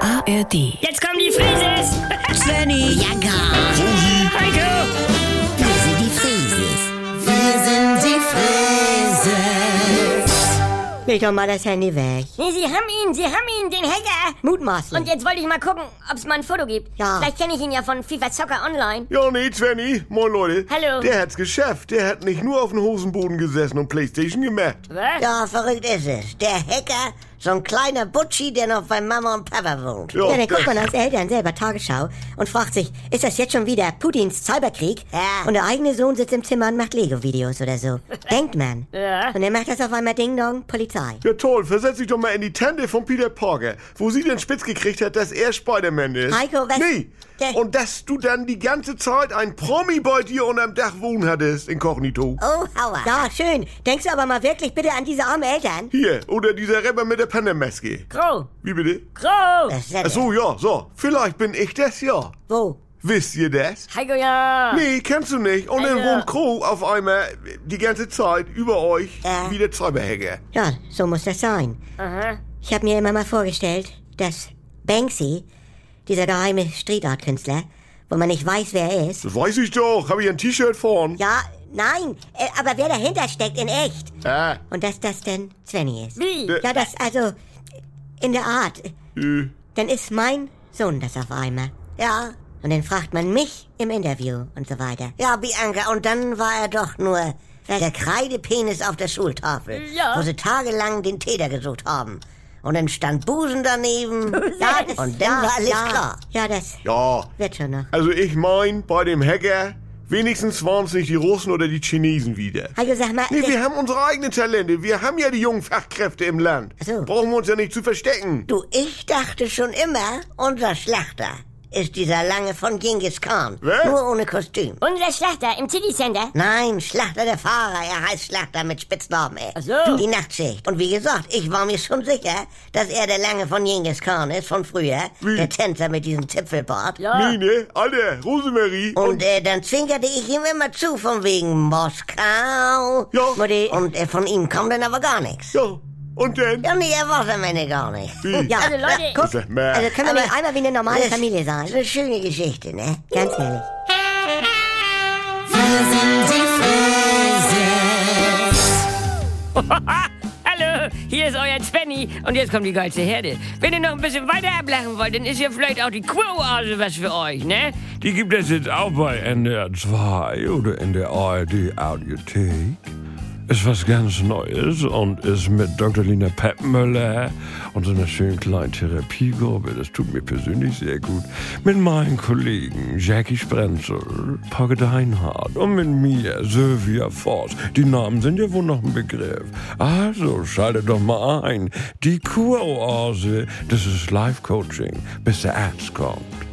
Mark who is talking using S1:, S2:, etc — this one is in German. S1: ARD.
S2: Jetzt kommen die Frises!
S3: Svenny,
S4: Ja, gar.
S2: Heiko!
S4: Wir sind die Frieses. Wir sind die Frieses.
S3: leg doch mal das Handy weg.
S2: Nee, sie haben ihn, sie haben ihn, den Hacker!
S3: Mutmaßlich.
S2: Und jetzt wollte ich mal gucken, ob es mal ein Foto gibt.
S3: Ja.
S2: Vielleicht kenne ich ihn ja von FIFA Soccer Online.
S5: Ja, nee, Svenny. Moin, Leute.
S2: Hallo.
S5: Der hat's geschafft. Der hat nicht nur auf dem Hosenboden gesessen und Playstation gemacht.
S2: Was?
S3: ja, verrückt ist es. Der Hacker, so ein kleiner Butschi, der noch bei Mama und Papa wohnt.
S5: Ja,
S3: Ja, dann
S5: das-
S3: guckt man als Eltern selber Tagesschau und fragt sich, ist das jetzt schon wieder Putins Cyberkrieg?
S4: Ja.
S3: Und der eigene Sohn sitzt im Zimmer und macht Lego-Videos oder so. Denkt man.
S6: Äh?
S2: Ja.
S3: Und er macht das auf einmal Ding-Dong, Polizei.
S5: Ja, toll. Versetz dich doch mal in die Tante von Peter Parker, wo sie den Spitz gekriegt hat, dass er Spider-Man ist.
S3: Heiko, was-
S5: Nee.
S3: Der-
S5: Und dass du dann die ganze Zeit ein Promi bei dir unterm Dach wohnen hattest, inkognito.
S4: Oh, Hauer.
S3: Ja, schön. Denkst du aber mal wirklich bitte an diese armen Eltern?
S5: Hier, oder dieser Rapper mit der Panda-Maske.
S2: Crow!
S5: Wie bitte?
S2: Crow!
S3: Das ist ja
S5: Ach so, ja, so. Vielleicht bin ich das ja.
S3: Wo?
S5: Wisst ihr das?
S2: Heiko, ja!
S5: Nee, kennst du nicht. Und dann
S3: Äh.
S2: Also-
S5: wohnt Crow auf einmal die ganze Zeit über euch
S3: Äh.
S5: wie der Cyberhacker.
S3: Ja, so muss das sein.
S2: Aha.
S3: Ich habe mir immer mal vorgestellt, dass Banksy, dieser geheime Streetart-Künstler, wo man nicht weiß, wer er ist.
S5: Das weiß ich doch. Habe ich ein T-Shirt von.
S3: Ja, nein, äh, aber wer dahinter steckt in echt.
S5: Ah,
S3: Und dass das denn Svenny ist.
S2: Wie?
S5: Äh.
S3: Ja, das also in der Art.
S5: äh,
S3: Dann ist mein Sohn das auf einmal.
S4: Ja.
S3: Und dann fragt man mich im Interview und so weiter.
S4: Ja, Bianca, und dann war er doch nur der Kreidepenis auf der Schultafel,
S2: Ja.
S4: wo sie tagelang den Täter gesucht haben. Und dann stand Busen daneben.
S3: Ja,
S4: und dann war alles
S3: ja,
S4: klar.
S3: Ja, das
S5: ja.
S3: wird schon noch.
S5: Also ich mein, bei dem Hacker, wenigstens waren es nicht die Russen oder die Chinesen wieder.
S3: Also sag mal,
S5: Nee,
S3: das-
S5: wir haben unsere eigenen Talente. Wir haben ja die jungen Fachkräfte im Land.
S3: Ach so.
S5: Brauchen wir uns ja nicht zu verstecken.
S4: Du, ich dachte schon immer, unser Schlachter ist dieser Lange von Genghis Khan.
S5: Wer?
S4: Nur ohne Kostüm.
S2: Unser Schlachter im City Center.
S4: Nein, Schlachter der Fahrer. Er heißt Schlachter mit Spitznamen, ey.
S2: Ach so.
S4: Die Nachtschicht. Und wie gesagt, ich war mir schon sicher, dass er der Lange von Genghis Khan ist, von früher.
S5: Wie?
S4: Der Tänzer mit diesem Zipfelbart.
S2: Ja.
S5: Nee, ne? Alter, Rosemarie.
S4: Und äh, dann zwinkerte ich ihm immer zu, von wegen Moskau.
S5: Ja.
S4: Mutti. Und äh, von ihm kam dann aber gar nichts.
S5: ja. Und dann?
S4: Ja, nee, er war's am Ende gar nicht.
S5: Wie?
S3: ja,
S2: Also Leute,
S3: guck,
S5: Sag mal.
S3: also können wir nicht einmal wie eine normale
S4: Das-
S3: Familie
S4: Das ist
S3: sein?
S4: eine schöne Geschichte, ne?
S3: Ganz ehrlich.
S6: Hallo, hier ist euer Svenny und jetzt kommt die geilste Herde. Wenn ihr noch ein bisschen weiter ablachen wollt, dann ist ja vielleicht auch die Quo-Ase was für euch, ne?
S7: Die gibt es jetzt auch bei NDR 2 oder in der ARD Audiothek. Ist was ganz Neues und ist mit Dr. Lina Peppmüller und so einer schönen kleinen Therapiegruppe, das tut mir persönlich sehr gut, mit meinen Kollegen Jackie Sprenzel, Pogge Deinhardt und mit mir Sylvia Voss. Die Namen sind ja wohl noch ein Begriff. Also schaltet doch mal ein. Die Kuroase, das ist Life-Coaching, bis der Arzt kommt.